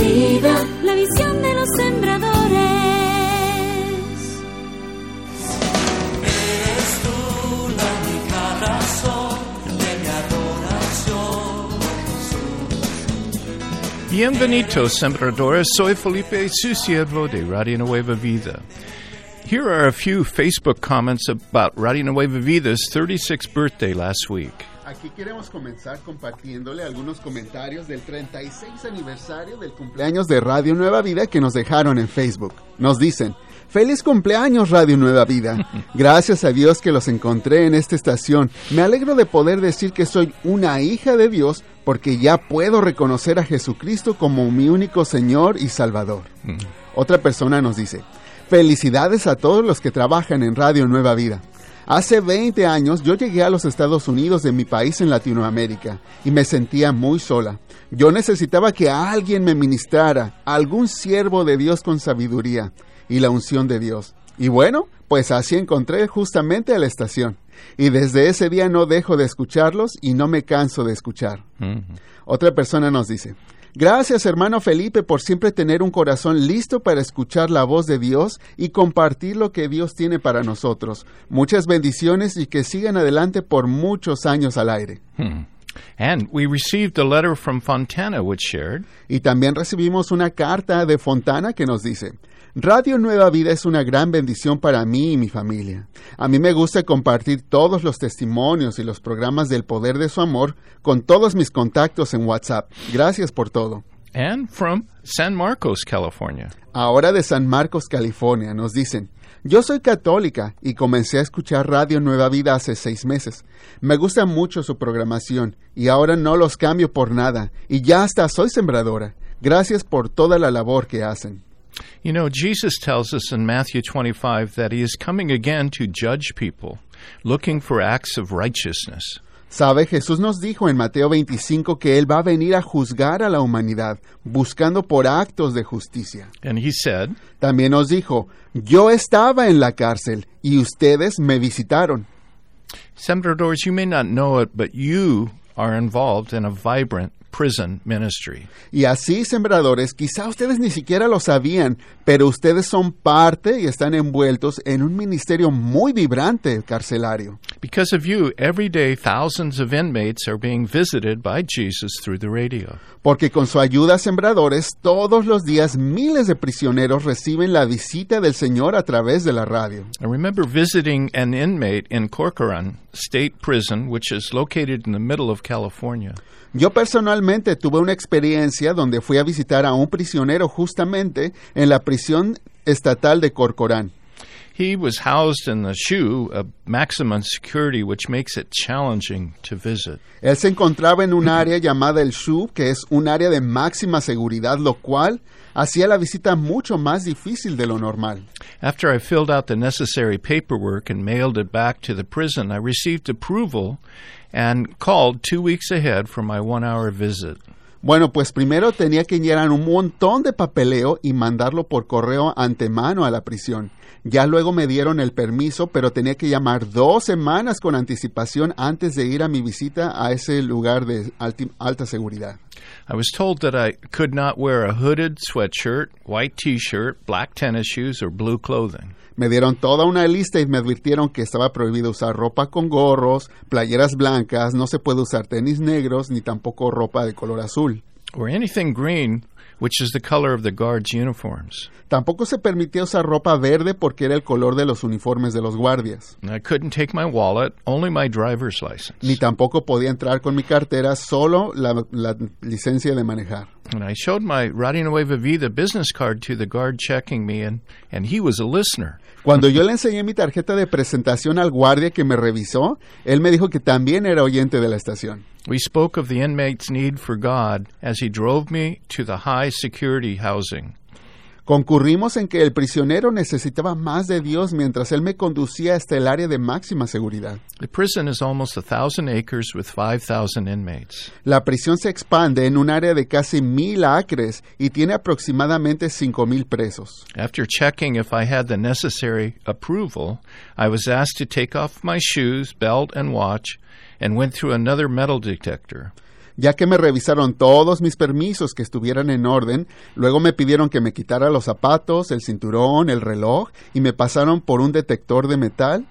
vida, la visión de los sembradores. Eres tú la única razón de mi adoración. Bienvenidos, sembradores. Soy Felipe Susiervo de Radio Nueva Vida. Here are a few Facebook comments about Radio Nueva Vida's 36th birthday last week. Aquí queremos comenzar compartiéndole algunos comentarios del 36 aniversario del cumpleaños de Radio Nueva Vida que nos dejaron en Facebook. Nos dicen, feliz cumpleaños Radio Nueva Vida. Gracias a Dios que los encontré en esta estación. Me alegro de poder decir que soy una hija de Dios porque ya puedo reconocer a Jesucristo como mi único Señor y Salvador. Otra persona nos dice, felicidades a todos los que trabajan en Radio Nueva Vida. Hace 20 años yo llegué a los Estados Unidos de mi país en Latinoamérica y me sentía muy sola. Yo necesitaba que alguien me ministrara, algún siervo de Dios con sabiduría y la unción de Dios. Y bueno, pues así encontré justamente a la estación. Y desde ese día no dejo de escucharlos y no me canso de escuchar. Otra persona nos dice, gracias hermano Felipe por siempre tener un corazón listo para escuchar la voz de Dios y compartir lo que Dios tiene para nosotros. Muchas bendiciones y que sigan adelante por muchos años al aire. And we received a letter from Fontana which shared, Y también recibimos una carta de Fontana que nos dice, Radio Nueva Vida es una gran bendición para mí y mi familia. A mí me gusta compartir todos los testimonios y los programas del poder de su amor con todos mis contactos en WhatsApp. Gracias por todo. and from San Marcos, California. Ahora de San Marcos, California, nos dicen, yo soy católica y comencé a escuchar Radio Nueva Vida hace seis meses. Me gusta mucho su programación y ahora no los cambio por nada y ya hasta soy sembradora. Gracias por toda la labor que hacen. You know, Jesus tells us in Matthew 25 that he is coming again to judge people, looking for acts of righteousness. Sabe, Jesús nos dijo en Mateo 25 que Él va a venir a juzgar a la humanidad, buscando por actos de justicia. And he said, También nos dijo, yo estaba en la cárcel y ustedes me visitaron. Sembradores, you may not know it, but you are involved in a vibrant prison ministry. Y así, sembradores, quizá ustedes ni siquiera lo sabían, pero ustedes son parte y están envueltos en un ministerio muy vibrante carcelario. Because of you, every day thousands of inmates are being visited by Jesus through the radio. Porque con su ayuda, sembradores, todos los días miles de prisioneros reciben la visita del Señor a través de la radio. I remember visiting an inmate in Corcoran State Prison, which is located in the middle of California. Yo personalmente tuve una experiencia donde fui a visitar a un prisionero justamente en la prisión estatal de Corcorán. He was housed in the shoe of maximum security, which makes it challenging to visit. Él se encontraba en un área llamada el SHU, que es un área de máxima seguridad, lo cual hacía la visita mucho más difícil de lo normal. After I filled out the necessary paperwork and mailed it back to the prison, I received approval and called two weeks ahead for my one hour visit. Bueno, pues primero tenía que llenar un montón de papeleo y mandarlo por correo antemano a la prisión. Ya luego me dieron el permiso, pero tenía que llamar dos semanas con anticipación antes de ir a mi visita a ese lugar de alti- alta seguridad. I was told that I could not wear a hooded sweatshirt, white t shirt, black tennis shoes, or blue clothing. Me dieron toda una lista y me advirtieron que estaba prohibido usar ropa con gorros, playeras blancas, no se puede usar tenis negros ni tampoco ropa de color azul. or anything green, which is the color of the guards' uniforms. Tampoco se permitía usar ropa verde porque era el color de los uniformes de los guardias. And I couldn't take my wallet, only my driver's license. Ni tampoco podía entrar con mi cartera, solo la, la licencia de manejar. And I showed my Radio Nueva Vida business card to the guard checking me, and, and he was a listener. Cuando yo le enseñé mi tarjeta de presentación al guardia que me revisó, él me dijo que también era oyente de la estación. We spoke of the inmate's need for God as he drove me to the high security housing. Concurrimos en que el prisionero necesitaba más de Dios mientras él me conducía hasta el área de máxima seguridad. The prison is almost a thousand acres with 5,000 inmates. La prisión se expande en un área de casi mil acres y tiene aproximadamente cinco mil presos. After checking if I had the necessary approval, I was asked to take off my shoes, belt, and watch, and went through another metal detector. ya que me revisaron todos mis permisos que estuvieran en orden, luego me pidieron que me quitara los zapatos, el cinturón, el reloj y me pasaron por un detector de metal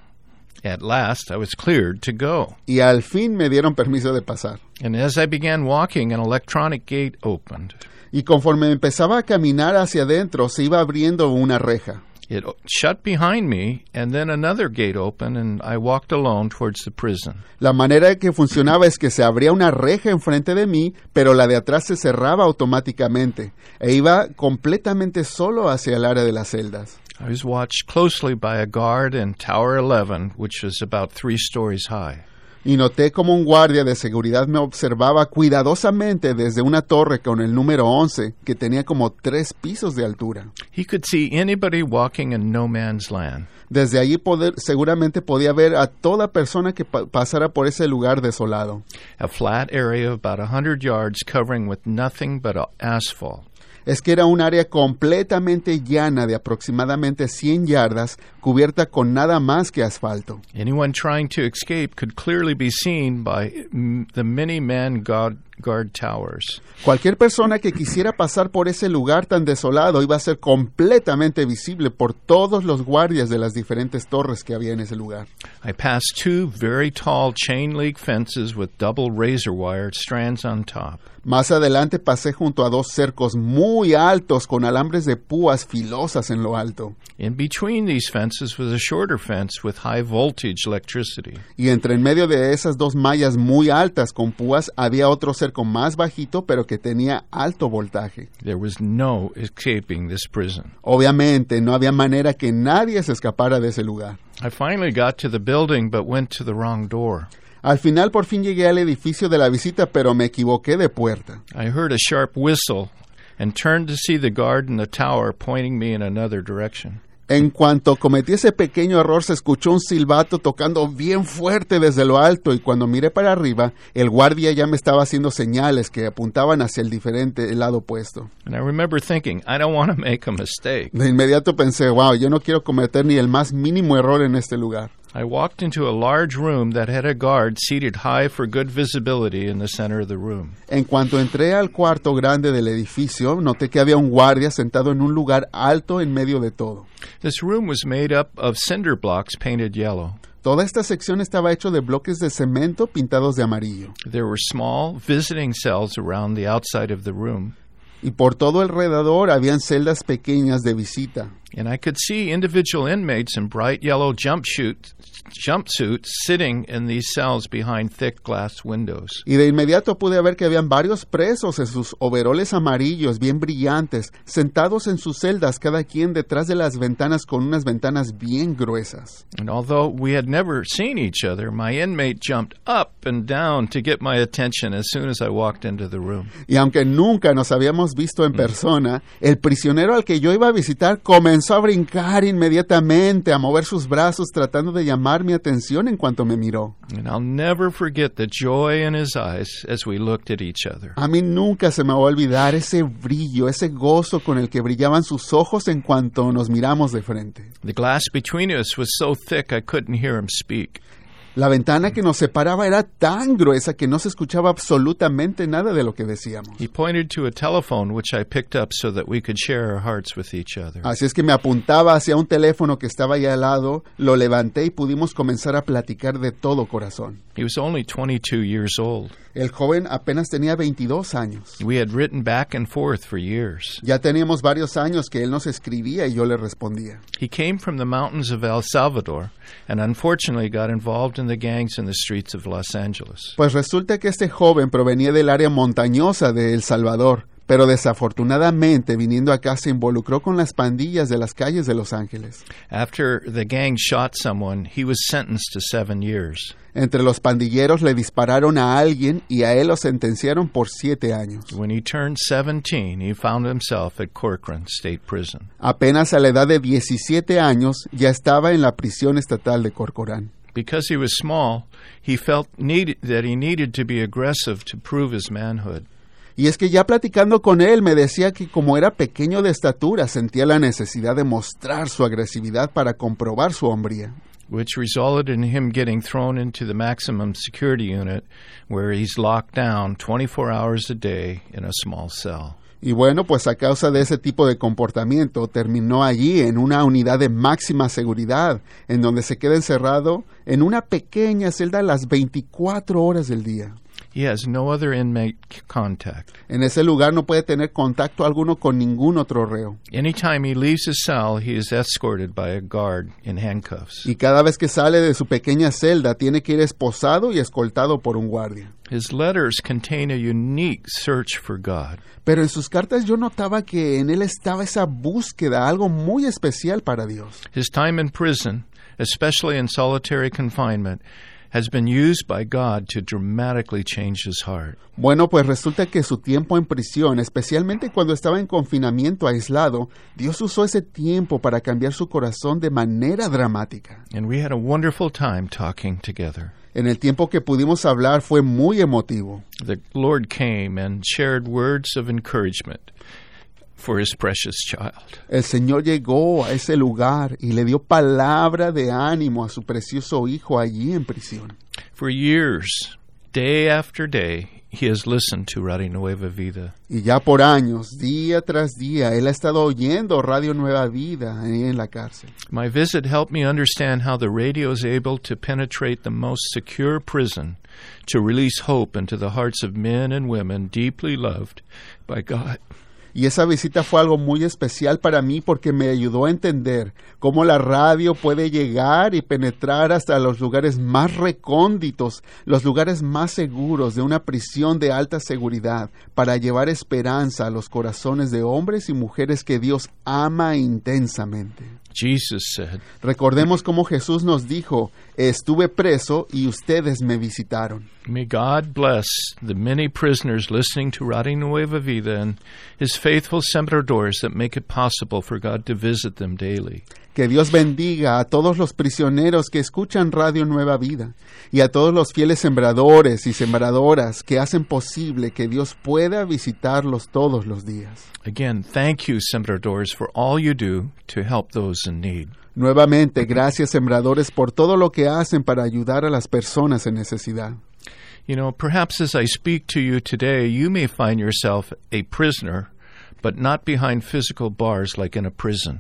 At last, I was cleared to go. y al fin me dieron permiso de pasar. And as I began walking, an electronic gate opened. Y conforme empezaba a caminar hacia adentro, se iba abriendo una reja. It o- shut behind me, and then another gate opened, and I walked alone towards the prison. La manera que funcionaba es que se abría una reja enfrente de mí, pero la de atrás se cerraba automáticamente e iba completamente solo hacia el área de las celdas. I was watched closely by a guard in Tower 11, which was about three stories high. Y noté como un guardia de seguridad me observaba cuidadosamente desde una torre con el número 11, que tenía como tres pisos de altura. He could see anybody walking in no man's land. Desde allí poder- seguramente podía ver a toda persona que pa- pasara por ese lugar desolado. A flat area of about a 100 yards covering with nothing but a- asphalt. Es que era un área completamente llana de aproximadamente 100 yardas, cubierta con nada más que asfalto. Anyone trying to escape could clearly be seen by mm, the many man guard, guard towers. Cualquier persona que quisiera pasar por ese lugar tan desolado iba a ser completamente visible por todos los guardias de las diferentes torres que había en ese lugar. I passed two very tall chain link fences with double razor wire strands on top. Más adelante pasé junto a dos cercos muy altos con alambres de púas filosas en lo alto, In between these fences was a shorter fence with high voltage electricity. y entre en medio de esas dos mallas muy altas con púas había otro cerco más bajito pero que tenía alto voltaje. There was no escaping this prison. Obviamente no había manera que nadie se escapara de ese lugar. I finally got to the building but went to the wrong door. Al final por fin llegué al edificio de la visita pero me equivoqué de puerta. I heard a sharp whistle and turned to see the guard in the tower pointing me in another direction. En cuanto cometí ese pequeño error, se escuchó un silbato tocando bien fuerte desde lo alto y cuando miré para arriba, el guardia ya me estaba haciendo señales que apuntaban hacia el diferente el lado opuesto. And I remember thinking, I don't want to make a mistake. De inmediato pensé, wow, yo no quiero cometer ni el más mínimo error en este lugar. I walked into a large room that had a guard seated high for good visibility in the center of the room. En cuanto entré al cuarto grande del edificio, noté que había un guardia sentado en un lugar alto en medio de todo. This room was made up of cinder blocks painted yellow. Toda esta sección estaba hecho de bloques de cemento pintados de amarillo. There were small visiting cells around the outside of the room, Y por todo alrededor habían celdas pequeñas de visita, and I could see individual inmates in bright yellow jumpsuit, jumpsuits sitting in these cells behind thick glass windows. Y de inmediato pude ver que habían varios presos en sus overoles amarillos bien brillantes, sentados en sus celdas, cada quien detrás de las ventanas con unas ventanas bien gruesas. And although we had never seen each other, my inmate jumped up and down to get my attention as soon as I walked into the room. Y aunque nunca nos habíamos visto en persona, el prisionero al que yo iba a visitar comenzó a brincar inmediatamente, a mover sus brazos tratando de llamar mi atención en cuanto me miró. And I'll never forget the joy in his eyes as we looked at each other. A mí nunca se me va a olvidar ese brillo, ese gozo con el que brillaban sus ojos en cuanto nos miramos de frente. The glass between us was so thick I couldn't hear him speak. La ventana que nos separaba era tan gruesa que no se escuchaba absolutamente nada de lo que decíamos. He pointed to a telephone which I picked up so that we could share our hearts with each other. Así es que me apuntaba hacia un teléfono que estaba allá al lado, lo levanté y pudimos comenzar a platicar de todo corazón. He was only 22 years old. El joven apenas tenía 22 años. We had written back and forth for years. Ya teníamos varios años que él nos escribía y yo le respondía. He came from the mountains of El Salvador and unfortunately got involved in the gangs in the streets of Los Angeles. Pues resulta que este joven provenía del área montañosa de El Salvador, pero desafortunadamente viniendo acá se involucró con las pandillas de las calles de Los Ángeles. After the gang shot someone, he was sentenced to seven years. Entre los pandilleros le dispararon a alguien y a él lo sentenciaron por siete años. When he turned 17, he found himself at Corcoran State Prison. Apenas a la edad de 17 años ya estaba en la prisión estatal de Corcorán. Because he was small, he felt need- that he needed to be aggressive to prove his manhood. Y es que ya platicando con él me decía que como era pequeño de estatura sentía la necesidad de mostrar su agresividad para comprobar su hombría. which resulted in him getting thrown into the maximum security unit, where he's locked down 24 hours a day in a small cell. Y bueno, pues a causa de ese tipo de comportamiento terminó allí en una unidad de máxima seguridad, en donde se queda encerrado en una pequeña celda las 24 horas del día. He has no other inmate c- contact. En ese lugar no puede tener contacto alguno con ningún otro reo. Anytime he leaves his cell, he is escorted by a guard in handcuffs. Y cada vez que sale de su pequeña celda tiene que ir esposado y escoltado por un guardia. His letters contain a unique search for God. Pero en sus cartas yo notaba que en él estaba esa búsqueda, algo muy especial para Dios. His time in prison, especially in solitary confinement, has been used by God to dramatically change his heart. Bueno, pues resulta que su tiempo en prisión, especialmente cuando estaba en confinamiento aislado, Dios usó ese tiempo para cambiar su corazón de manera dramática. And we had a wonderful time talking together. En el tiempo que pudimos hablar fue muy emotivo. The Lord came and shared words of encouragement for his precious child. El Señor llegó a ese lugar y le dio palabra de ánimo a su precioso hijo allí en prisión. For years, day after day, he has listened to Radio Nueva Vida. Y ya por años, día tras día, él ha estado oyendo Radio Nueva Vida ahí en la cárcel. My visit helped me understand how the radio is able to penetrate the most secure prison to release hope into the hearts of men and women deeply loved by God. Y esa visita fue algo muy especial para mí porque me ayudó a entender cómo la radio puede llegar y penetrar hasta los lugares más recónditos, los lugares más seguros de una prisión de alta seguridad, para llevar esperanza a los corazones de hombres y mujeres que Dios ama intensamente. Jesus said, Recordemos cómo Jesús nos dijo, estuve preso y ustedes me visitaron. May God bless the many prisoners listening to Radio Nueva Vida and his faithful sembradores that make it possible for God to visit them daily. Que Dios bendiga a todos los prisioneros que escuchan Radio Nueva Vida y a todos los fieles sembradores y sembradoras que hacen posible que Dios pueda visitarlos todos los días. Again, thank you, sembradores, for all you do to help those in need. Nuevamente, gracias sembradores por todo lo que hacen para ayudar a las personas en necesidad. You know, perhaps as I speak to you today, you may find yourself a prisoner, but not behind physical bars like in a prison.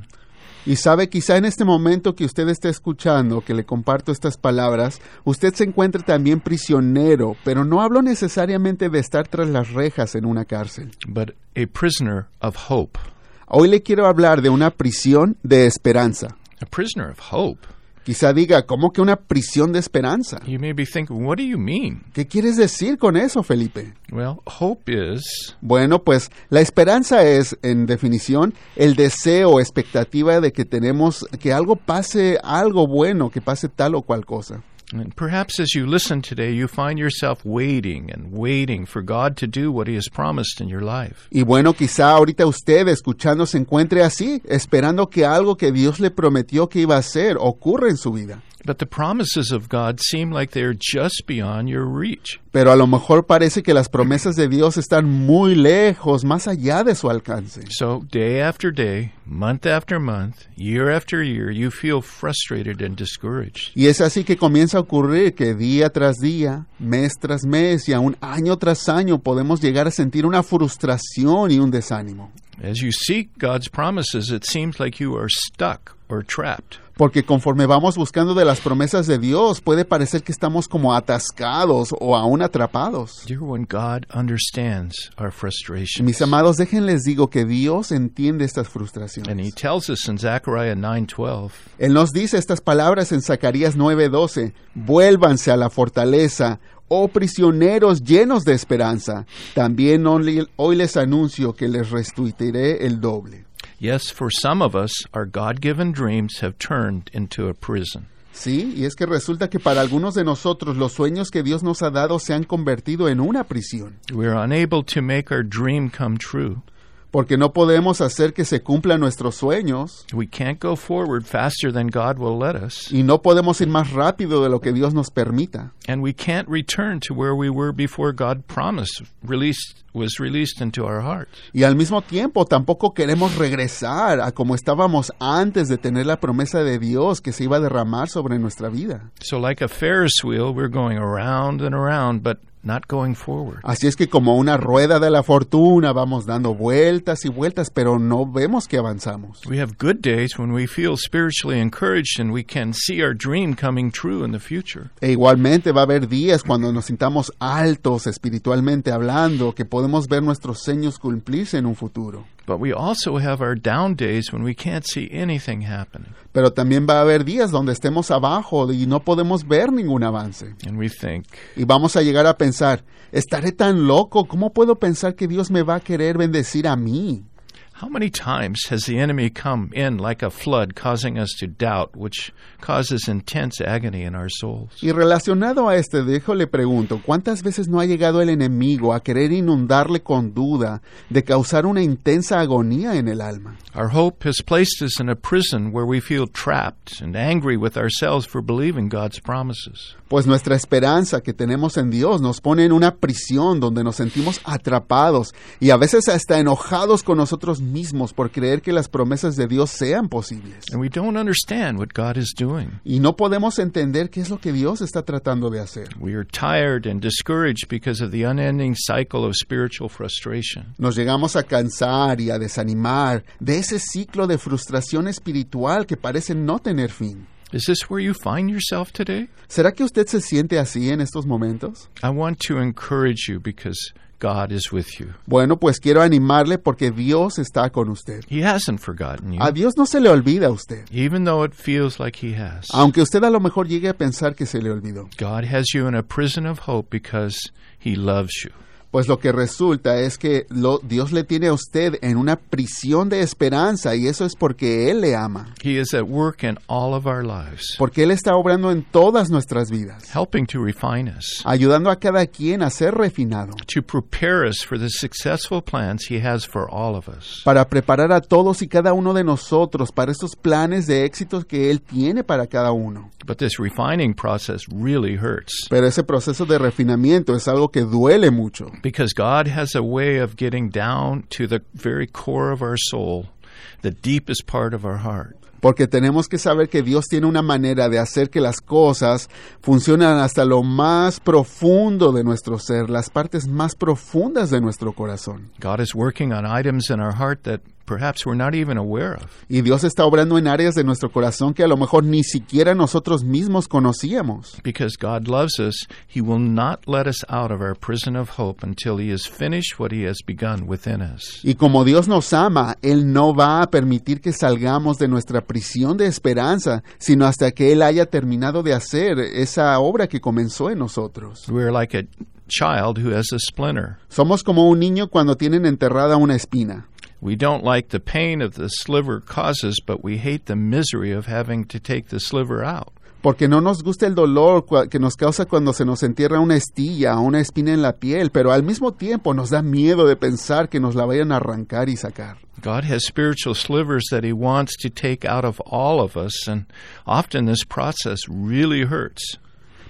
Y sabe, quizá en este momento que usted está escuchando, que le comparto estas palabras, usted se encuentra también prisionero, pero no hablo necesariamente de estar tras las rejas en una cárcel. but a prisoner of hope. Hoy le quiero hablar de una prisión de esperanza. A prisoner of hope? Quizá diga, ¿cómo que una prisión de esperanza? You may be thinking, what do you mean? ¿Qué quieres decir con eso, Felipe? Well, hope is Bueno, pues la esperanza es, en definición, el deseo, expectativa de que tenemos, que algo pase, algo bueno, que pase tal o cual cosa. And perhaps as you listen today, you find yourself waiting and waiting for God to do what He has promised in your life. Y bueno, quizá ahorita usted escuchando se encuentre así, esperando que algo que Dios le prometió que iba a hacer ocurra en su vida. But the promises of God seem like they're just beyond your reach. Pero a lo mejor parece que las promesas de Dios están muy lejos, más allá de su alcance. So, day after day, month after month, year after year, you feel frustrated and discouraged. Y es así que comienza a ocurrir que día tras día, mes tras mes y aún año tras año podemos llegar a sentir una frustración y un desánimo. As you seek God's promises, it seems like you are stuck or trapped. Porque conforme vamos buscando de las promesas de Dios, puede parecer que estamos como atascados o aún atrapados. Dear one, God understands our frustration. Mis amados, déjenles digo que Dios entiende estas And he frustraciones. tells us in Zechariah 9:12, Él nos dice estas palabras en Zacarías 9:12, vuélvanse a la fortaleza, oh prisioneros llenos de esperanza. También hoy hoy les anuncio que les restituiré el doble. "Yes, for some of us our God-given dreams have turned into a prison. Sí, y es que resulta que para algunos de nosotros los sueños que Dios nos ha dado se han convertido en una prisión. We are unable to make our dream come true. porque no podemos hacer que se cumplan nuestros sueños We can't go forward faster than God will let us, y no podemos ir más rápido de lo que Dios nos permita. and we can't return to where we were before God promised released was released into our hearts. Y al mismo tiempo tampoco queremos regresar a como estábamos antes de tener la promesa de Dios que se iba a derramar sobre nuestra vida. So like a Ferris wheel, we're going around and around but not going forward. Así es que como una rueda de la fortuna vamos dando vueltas y vueltas, pero no vemos que avanzamos. We have good days when we feel spiritually encouraged and we can see our dream coming true in the future. E igualmente va a haber días cuando nos sintamos altos espiritualmente hablando, que podemos ver nuestros sueños cumplirse en un futuro. But we also have our down days when we can't see anything happening. Pero también va a haber días donde estemos abajo y no podemos ver ningún avance. And we think, Y vamos a llegar a pensar, estaré tan loco, ¿cómo puedo pensar que Dios me va a querer bendecir a mí? how many times has the enemy come in like a flood, causing us to doubt, which causes intense agony in our souls? Y relacionado a este dejo le pregunto, ¿cuántas veces no ha llegado el enemigo a querer inundarle con duda, de causar una intensa agonía en el alma? Our hope has placed us in a prison where we feel trapped and angry with ourselves for believing God's promises. Pues nuestra esperanza que tenemos en Dios nos pone en una prisión donde nos sentimos atrapados y a veces hasta enojados con nosotros mismos por creer que las promesas de Dios sean posibles. And we don't understand what God is doing. Y no podemos entender qué es lo que Dios está tratando de hacer. We are tired and discouraged because of the unending cycle of spiritual frustration. Nos llegamos a cansar y a desanimar de ese ciclo de frustración espiritual que parece no tener fin. Is this where you find yourself today? ¿Será que usted se siente así en estos momentos? I want to encourage you because God is with you. Bueno, pues quiero animarle porque Dios está con usted. He hasn't forgotten you, A Dios no se le olvida a usted. even though it feels like He has. Aunque usted a lo mejor llegue a pensar que se le olvidó. God has you in a prison of hope because He loves you. Pues lo que resulta es que lo- Dios le tiene a usted en una prisión de esperanza y eso es porque Él le ama. He is at work in all of our lives, Porque Él está obrando en todas nuestras vidas, helping to refine us, ayudando a cada quien a ser refinado, to prepare us for the successful plans He has for all of us. para preparar a todos y cada uno de nosotros para estos planes de éxito que Él tiene para cada uno. But this refining process really hurts Pero ese proceso de refinamiento es algo que duele mucho. because God has a way of getting down to the very core of our soul, the deepest part of our heart. Porque tenemos que saber que Dios tiene una manera de hacer que las cosas funcionen hasta lo más profundo de nuestro ser, las partes más profundas de nuestro corazón. God is working on items in our heart that perhaps we're not even aware of. Y Dios está obrando en áreas de nuestro corazón que a lo mejor ni siquiera nosotros mismos conocíamos. Because God loves us, He will not let us out of our prison of hope until He has finished what He has begun within us. Y como Dios nos ama, Él no va a permitir que salgamos de nuestra prisión de esperanza, sino hasta que Él haya terminado de hacer esa obra que comenzó en nosotros. We're like a child who has a splinter. Somos como un niño cuando tienen enterrada una espina. We don't like the pain of the sliver causes, but we hate the misery of having to take the sliver out. Porque no nos gusta el dolor cua- que nos causa cuando se nos entierra una estilla o una espina en la piel, pero al mismo tiempo nos da miedo de pensar que nos la vayan a arrancar y sacar. God has spiritual slivers that He wants to take out of all of us, and often this process really hurts.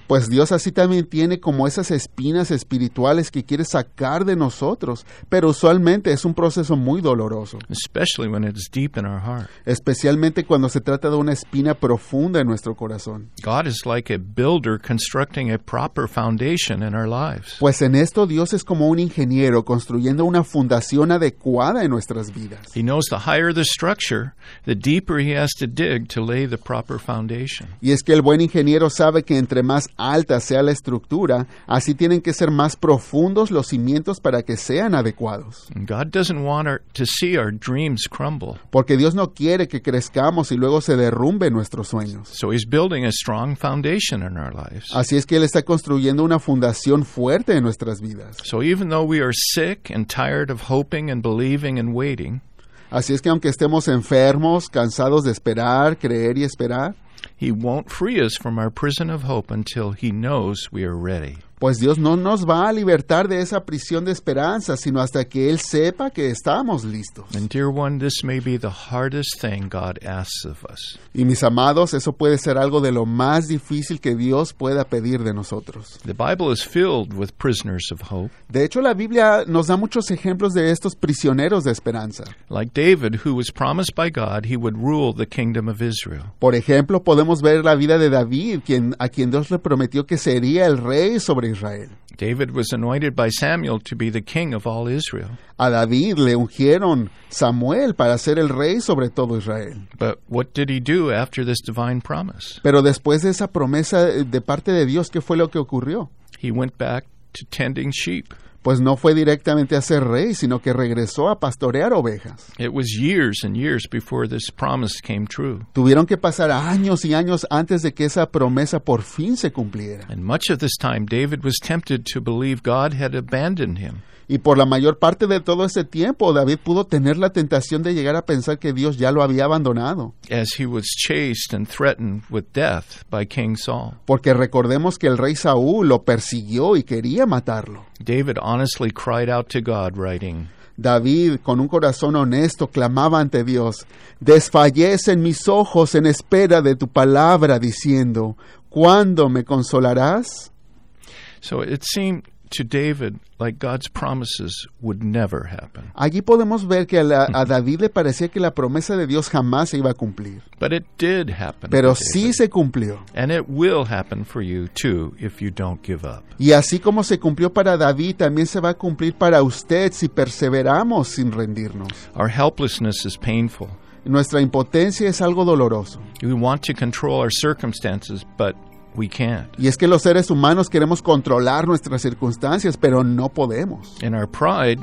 Pues Dios así también tiene como esas espinas espirituales que quiere sacar de nosotros, pero usualmente es un proceso muy doloroso, especially when it's deep in our heart. especialmente cuando se trata de una espina profunda en nuestro corazón. God is like a builder constructing a proper foundation in our lives. Pues en esto Dios es como un ingeniero construyendo una fundación adecuada en nuestras vidas. He knows the higher the structure, the deeper he has to dig to lay the proper foundation. Y es que el buen ingeniero sabe que entre más alta sea la estructura, así tienen que ser más profundos los cimientos para que sean adecuados. And God doesn't want our, to see our dreams crumble, Porque Dios no quiere que crezcamos y luego se derrumben nuestros sueños. so he's building a strong foundation in our lives. Así es que Él está construyendo una fundación fuerte en nuestras vidas. So even though we are sick and tired of hoping and believing and waiting, Así es que aunque estemos enfermos, cansados de esperar, creer y esperar, he won't free us from our prison of hope until he knows we are ready. Pues Dios no nos va a libertar de esa prisión de esperanza, sino hasta que Él sepa que estamos listos. And, dear one, this may be the hardest thing God asks of us. Y mis amados, eso puede ser algo de lo más difícil que Dios pueda pedir de nosotros. The Bible is filled with prisoners of hope, De hecho, la Biblia nos da muchos ejemplos de estos prisioneros de esperanza. like David, who was promised by God he would rule the kingdom of Israel. Por ejemplo, podemos ver la vida de David, quien, a quien Dios le prometió que sería el rey sobre Israel. David was anointed by Samuel to be the king of all Israel. A David le ungieron Samuel para ser el rey sobre todo Israel. But what did he do after this divine promise? Pero después de esa promesa eh, de parte de Dios, ¿qué fue lo que ocurrió? He went back to tending sheep. Pues no fue directamente a ser rey, sino que regresó a pastorear ovejas. It was years and years before this promise came true. Tuvieron que pasar años y años antes de que esa promesa por fin se cumpliera. And much of this time, David was tempted to believe God had abandoned him. Y por la mayor parte de todo ese tiempo, David pudo tener la tentación de llegar a pensar que Dios ya lo había abandonado. as he was chased and threatened with death by King Saul. Porque recordemos que el rey Saúl lo persiguió y quería matarlo. David honestly cried out to God, writing, David, con un corazón honesto, clamaba ante Dios, desfallecen mis ojos en espera de tu palabra, diciendo, ¿cuándo me consolarás? So it seemed to David like God's promises would never happen. Allí podemos ver que a, la- a David le parecía que la promesa de Dios jamás se iba a cumplir, But it did happen. to pero David. sí se cumplió. And it will happen for you too if you don't give up. Y así como se cumplió para David, también se va a cumplir para usted si perseveramos sin rendirnos. Our helplessness is painful. Nuestra impotencia es algo doloroso. We want to control our circumstances, but we can't. Y es que los seres humanos queremos controlar nuestras circunstancias, pero no podemos. And our pride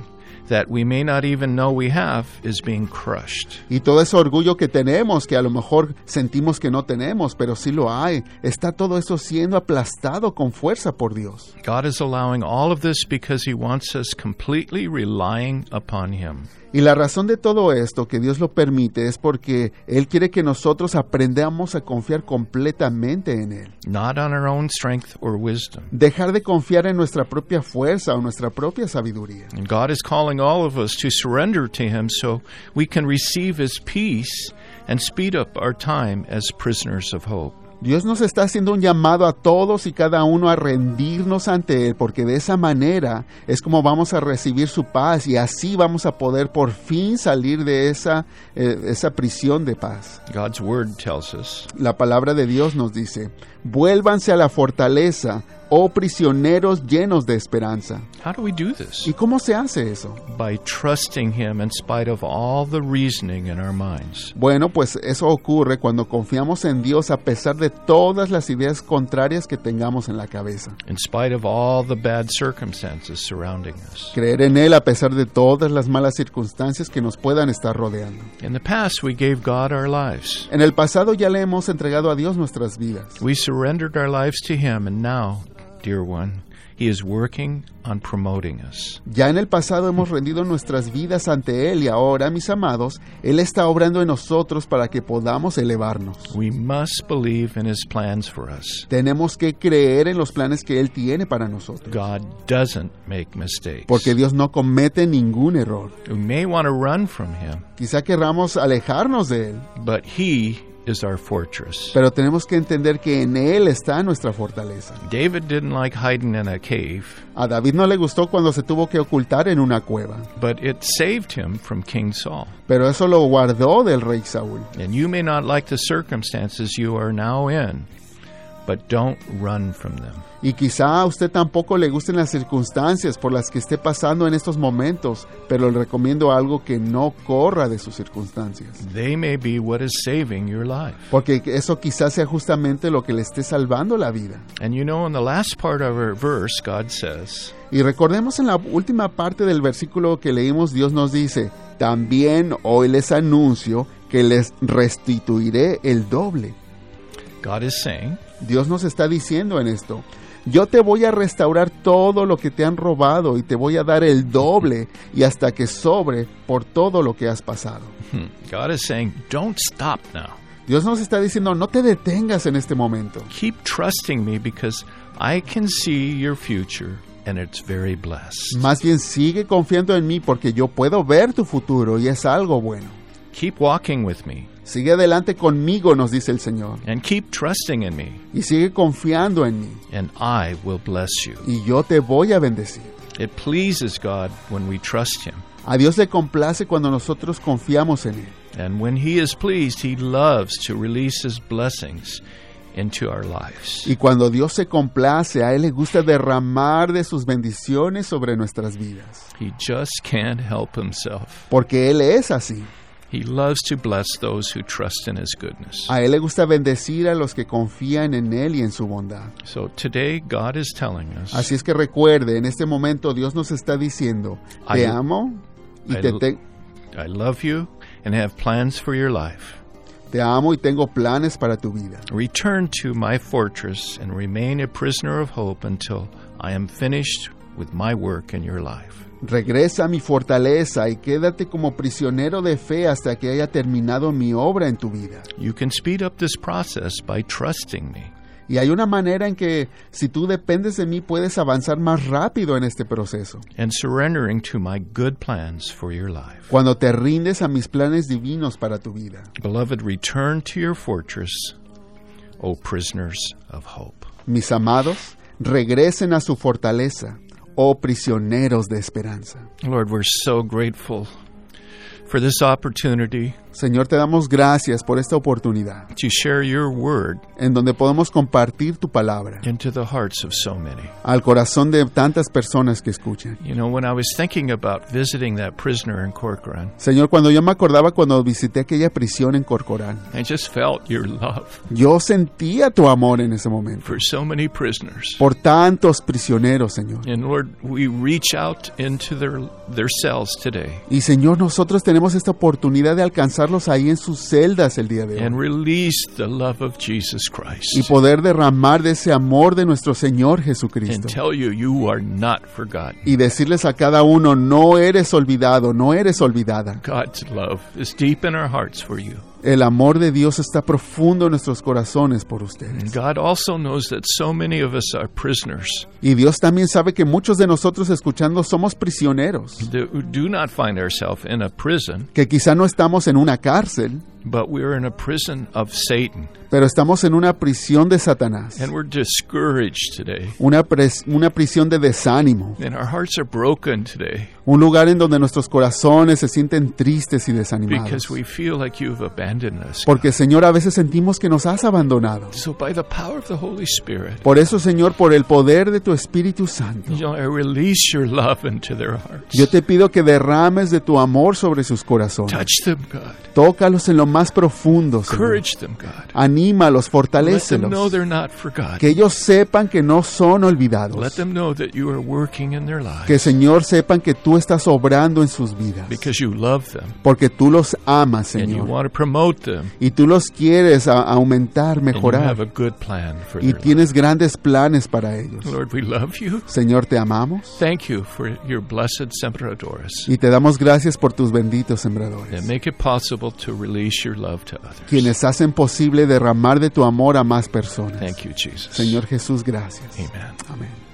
that we may not even know we have is being crushed. Y todo ese orgullo que tenemos, que a lo mejor sentimos que no tenemos, pero sí lo hay, está todo eso siendo aplastado con fuerza por Dios. God is allowing all of this because He wants us completely relying upon Him. Y la razón de todo esto, que Dios lo permite, es porque Él quiere que nosotros aprendamos a confiar completamente en Él. Not on our own strength or wisdom. Dejar de confiar en nuestra propia fuerza o nuestra propia sabiduría. And God is calling all of us to surrender to Him so we can receive His peace and speed up our time as prisoners of hope. Dios nos está haciendo un llamado a todos y cada uno a rendirnos ante Él, porque de esa manera es como vamos a recibir su paz y así vamos a poder por fin salir de esa, eh, esa prisión de paz. God's Word tells us La palabra de Dios nos dice, vuélvanse a la fortaleza, oh prisioneros llenos de esperanza. how do we do this? ¿Y cómo se hace eso? By trusting Him in spite of all the reasoning in our minds. Bueno, pues eso ocurre cuando confiamos en Dios a pesar de todas las ideas contrarias que tengamos en la cabeza. In spite of all the bad circumstances surrounding us. Creer en Él a pesar de todas las malas circunstancias que nos puedan estar rodeando. In the past, we gave God our lives. En el pasado ya le hemos entregado a Dios nuestras vidas. We surrendered our lives to Him, and now, dear one, He is working on promoting us. Ya en el pasado hemos rendido nuestras vidas ante Él y ahora, mis amados, Él está obrando en nosotros para que podamos elevarnos. We must believe in His plans for us. Tenemos que creer en los planes que Él tiene para nosotros. God doesn't make mistakes. Porque Dios no comete ningún error. we may want to run from Him, Quizá querramos alejarnos de Él, but He is our fortress. pero tenemos que entender que en Él está nuestra fortaleza. David didn't like hiding in a cave, A David no le gustó cuando se tuvo que ocultar en una cueva. but it saved him from King Saul. pero eso lo guardó del rey Saúl. And you may not like the circumstances you are now in, but don't run from them. Y quizá a usted tampoco le gusten las circunstancias por las que esté pasando en estos momentos, pero le recomiendo algo que no corra de sus circunstancias, They may be what is saving your life. porque eso quizá sea justamente lo que le esté salvando la vida. And you know, in the last part of our verse, God says, Y recordemos en la última parte del versículo que leímos, Dios nos dice, también hoy les anuncio que les restituiré el doble. God is saying, Dios nos está diciendo en esto. Yo te voy a restaurar todo lo que te han robado y te voy a dar el doble y hasta que sobre por todo lo que has pasado. hmm, God is saying, don't stop now. Dios nos está diciendo, no te detengas en este momento. Keep trusting me because I can see your future, and it's very blessed. Más bien sigue confiando en mí porque yo puedo ver tu futuro y es algo bueno. Keep walking with me, Sigue adelante conmigo, nos dice el Señor, and keep trusting in me, y sigue confiando en mí, and I will bless you. y yo te voy a bendecir. It pleases God when we trust Him. A Dios le complace cuando nosotros confiamos en Él. And when He is pleased, He loves to release His blessings into our lives. Y cuando Dios se complace, a Él le gusta derramar de sus bendiciones sobre nuestras vidas. He just can't help Himself. Porque Él es así. He loves to bless those who trust in His goodness. A Él le gusta bendecir a los que confían en Él y en su bondad. So today, God is telling us Así es que recuerde, en este momento Dios nos está diciendo, Ay- te amo y Ay- te, te- I love you and have plans for your life. te amo y tengo planes para tu vida. Return to my fortress and remain a prisoner of hope until I am finished with my work in your life. Regresa a mi fortaleza y quédate como prisionero de fe hasta que haya terminado mi obra en tu vida. You can speed up this process by trusting me. Y hay una manera en que si tú dependes de mí puedes avanzar más rápido en este proceso. and surrendering to my good plans for your life. Cuando te rindes a mis planes divinos para tu vida. Beloved, return to your fortress, O prisoners of hope. Mis amados, regresen a su fortaleza, oh prisioneros de esperanza. Lord, we're so grateful for this opportunity Señor, te damos gracias por esta oportunidad to share your word en donde podemos compartir tu palabra into the hearts of so many. al corazón de tantas personas que escuchan. You know, when I was thinking about visiting that prisoner in Corcoran, Señor, cuando yo me acordaba cuando visité aquella prisión en Corcoran, I just felt your love yo sentía tu amor en ese momento for so many prisoners. por tantos prisioneros, Señor. And Lord, we reach out into their their cells today Y Señor, nosotros tenemos esta oportunidad de alcanzarlos ahí en sus celdas el día de and hoy release the love of Jesus Christ. y poder derramar de ese amor de nuestro Señor and Jesucristo tell you you are not forgotten. y decirles a cada uno, no eres olvidado, no eres olvidada. God's love is deep in our hearts for you. El amor de Dios está profundo en nuestros corazones por ustedes. And God also knows that so many of us are prisoners Y Dios también sabe que muchos de nosotros escuchando somos prisioneros, that who do not find ourselves in a prison, que quizá no estamos en una cárcel, but we're in a prison of Satan. pero estamos en una prisión de Satanás, And we're discouraged today. una, pres- una prisión de desánimo. And our hearts are broken today Un lugar en donde nuestros corazones se sienten tristes y because desanimados. we feel like you've abandoned us. Porque Señor, a veces sentimos que nos has abandonado. So, by the power of the Holy Spirit, Por eso, Señor, por el poder de tu Espíritu Santo, you know, I release your love into their hearts. yo te pido que derrames de tu amor sobre sus corazones. Touch them, God. Tócalos en lo más profundo, Señor. Encourage them, God. Anímalos, Let them know fortalécelos. they're not forgotten. Que ellos sepan que no son Let olvidados. them know that you are working in their lives Que, Señor, sepan que tú estás obrando en sus vidas. because you love them Porque tú los amas, and you Señor. want to promote them Y tú los quieres a- and aumentar, you have mejorar. a good plan for Y their life. tienes grandes planes para ellos. Lord, we love you. Señor, te amamos Thank you for your blessed Semperadorus y te damos gracias por tus benditos that sembradores, make it possible to release your love to others. quienes hacen posible derramar de tu amor a más personas. Thank you, Jesus. Señor Jesús, gracias. Amen. Amén.